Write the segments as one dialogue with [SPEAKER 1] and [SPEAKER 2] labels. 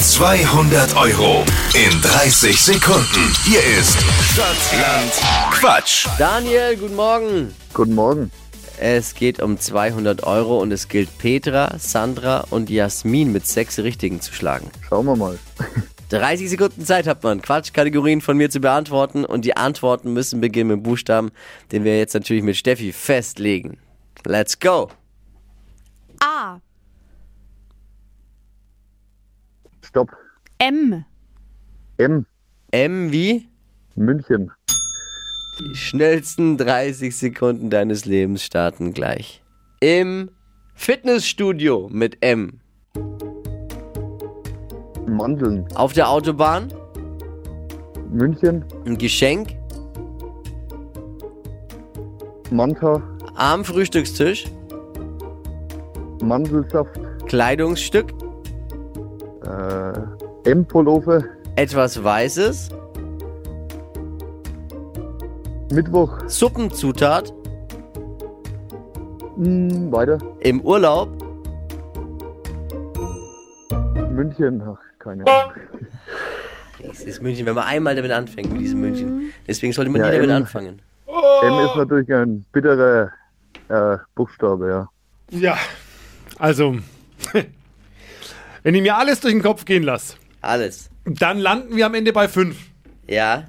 [SPEAKER 1] 200 Euro in 30 Sekunden. Hier ist Stadtland Quatsch.
[SPEAKER 2] Daniel, guten Morgen.
[SPEAKER 3] Guten Morgen.
[SPEAKER 2] Es geht um 200 Euro und es gilt Petra, Sandra und Jasmin mit sechs Richtigen zu schlagen.
[SPEAKER 3] Schauen wir mal.
[SPEAKER 2] 30 Sekunden Zeit hat man, Quatschkategorien von mir zu beantworten und die Antworten müssen beginnen mit dem Buchstaben, den wir jetzt natürlich mit Steffi festlegen. Let's go.
[SPEAKER 4] A.
[SPEAKER 3] Stopp.
[SPEAKER 4] M.
[SPEAKER 3] M.
[SPEAKER 2] M wie?
[SPEAKER 3] München.
[SPEAKER 2] Die schnellsten 30 Sekunden deines Lebens starten gleich. Im Fitnessstudio mit M.
[SPEAKER 3] Mandeln.
[SPEAKER 2] Auf der Autobahn
[SPEAKER 3] München.
[SPEAKER 2] ein Geschenk
[SPEAKER 3] Manta.
[SPEAKER 2] am Frühstückstisch,
[SPEAKER 3] Mandelsaft.
[SPEAKER 2] Kleidungsstück,
[SPEAKER 3] Äh, M-Pullover.
[SPEAKER 2] etwas Weißes,
[SPEAKER 3] Mittwoch.
[SPEAKER 2] Suppenzutat,
[SPEAKER 3] Hm, weiter.
[SPEAKER 2] im Urlaub.
[SPEAKER 3] München. Ach, keine Ahnung.
[SPEAKER 2] Das ist München, wenn man einmal damit anfängt mit diesem München. Deswegen sollte man
[SPEAKER 3] Ja,
[SPEAKER 2] nie damit
[SPEAKER 3] eben.
[SPEAKER 2] anfangen.
[SPEAKER 3] M ist natürlich ein bitterer äh, Buchstabe, ja.
[SPEAKER 5] Ja, also, wenn ich mir alles durch den Kopf gehen lasse,
[SPEAKER 2] Alles.
[SPEAKER 5] dann landen wir am Ende bei fünf.
[SPEAKER 2] Ja.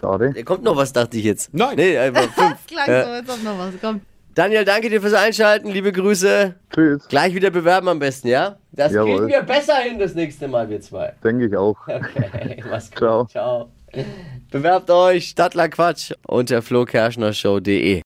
[SPEAKER 3] Schade.
[SPEAKER 2] Da kommt noch was, dachte ich jetzt.
[SPEAKER 5] Nein.
[SPEAKER 2] Nee, einfach fünf.
[SPEAKER 4] Klang so, als ob noch was kommt.
[SPEAKER 2] Daniel, danke dir fürs Einschalten. Liebe Grüße.
[SPEAKER 3] Tschüss.
[SPEAKER 2] Gleich wieder bewerben am besten, ja? Das
[SPEAKER 3] Jawohl.
[SPEAKER 2] kriegen wir besser hin das nächste Mal, wir zwei.
[SPEAKER 3] Denke ich auch.
[SPEAKER 2] Okay, mach's gut.
[SPEAKER 3] Ciao.
[SPEAKER 2] Ciao. Bewerbt euch, Stadtler Quatsch unter flokerschnershow.de.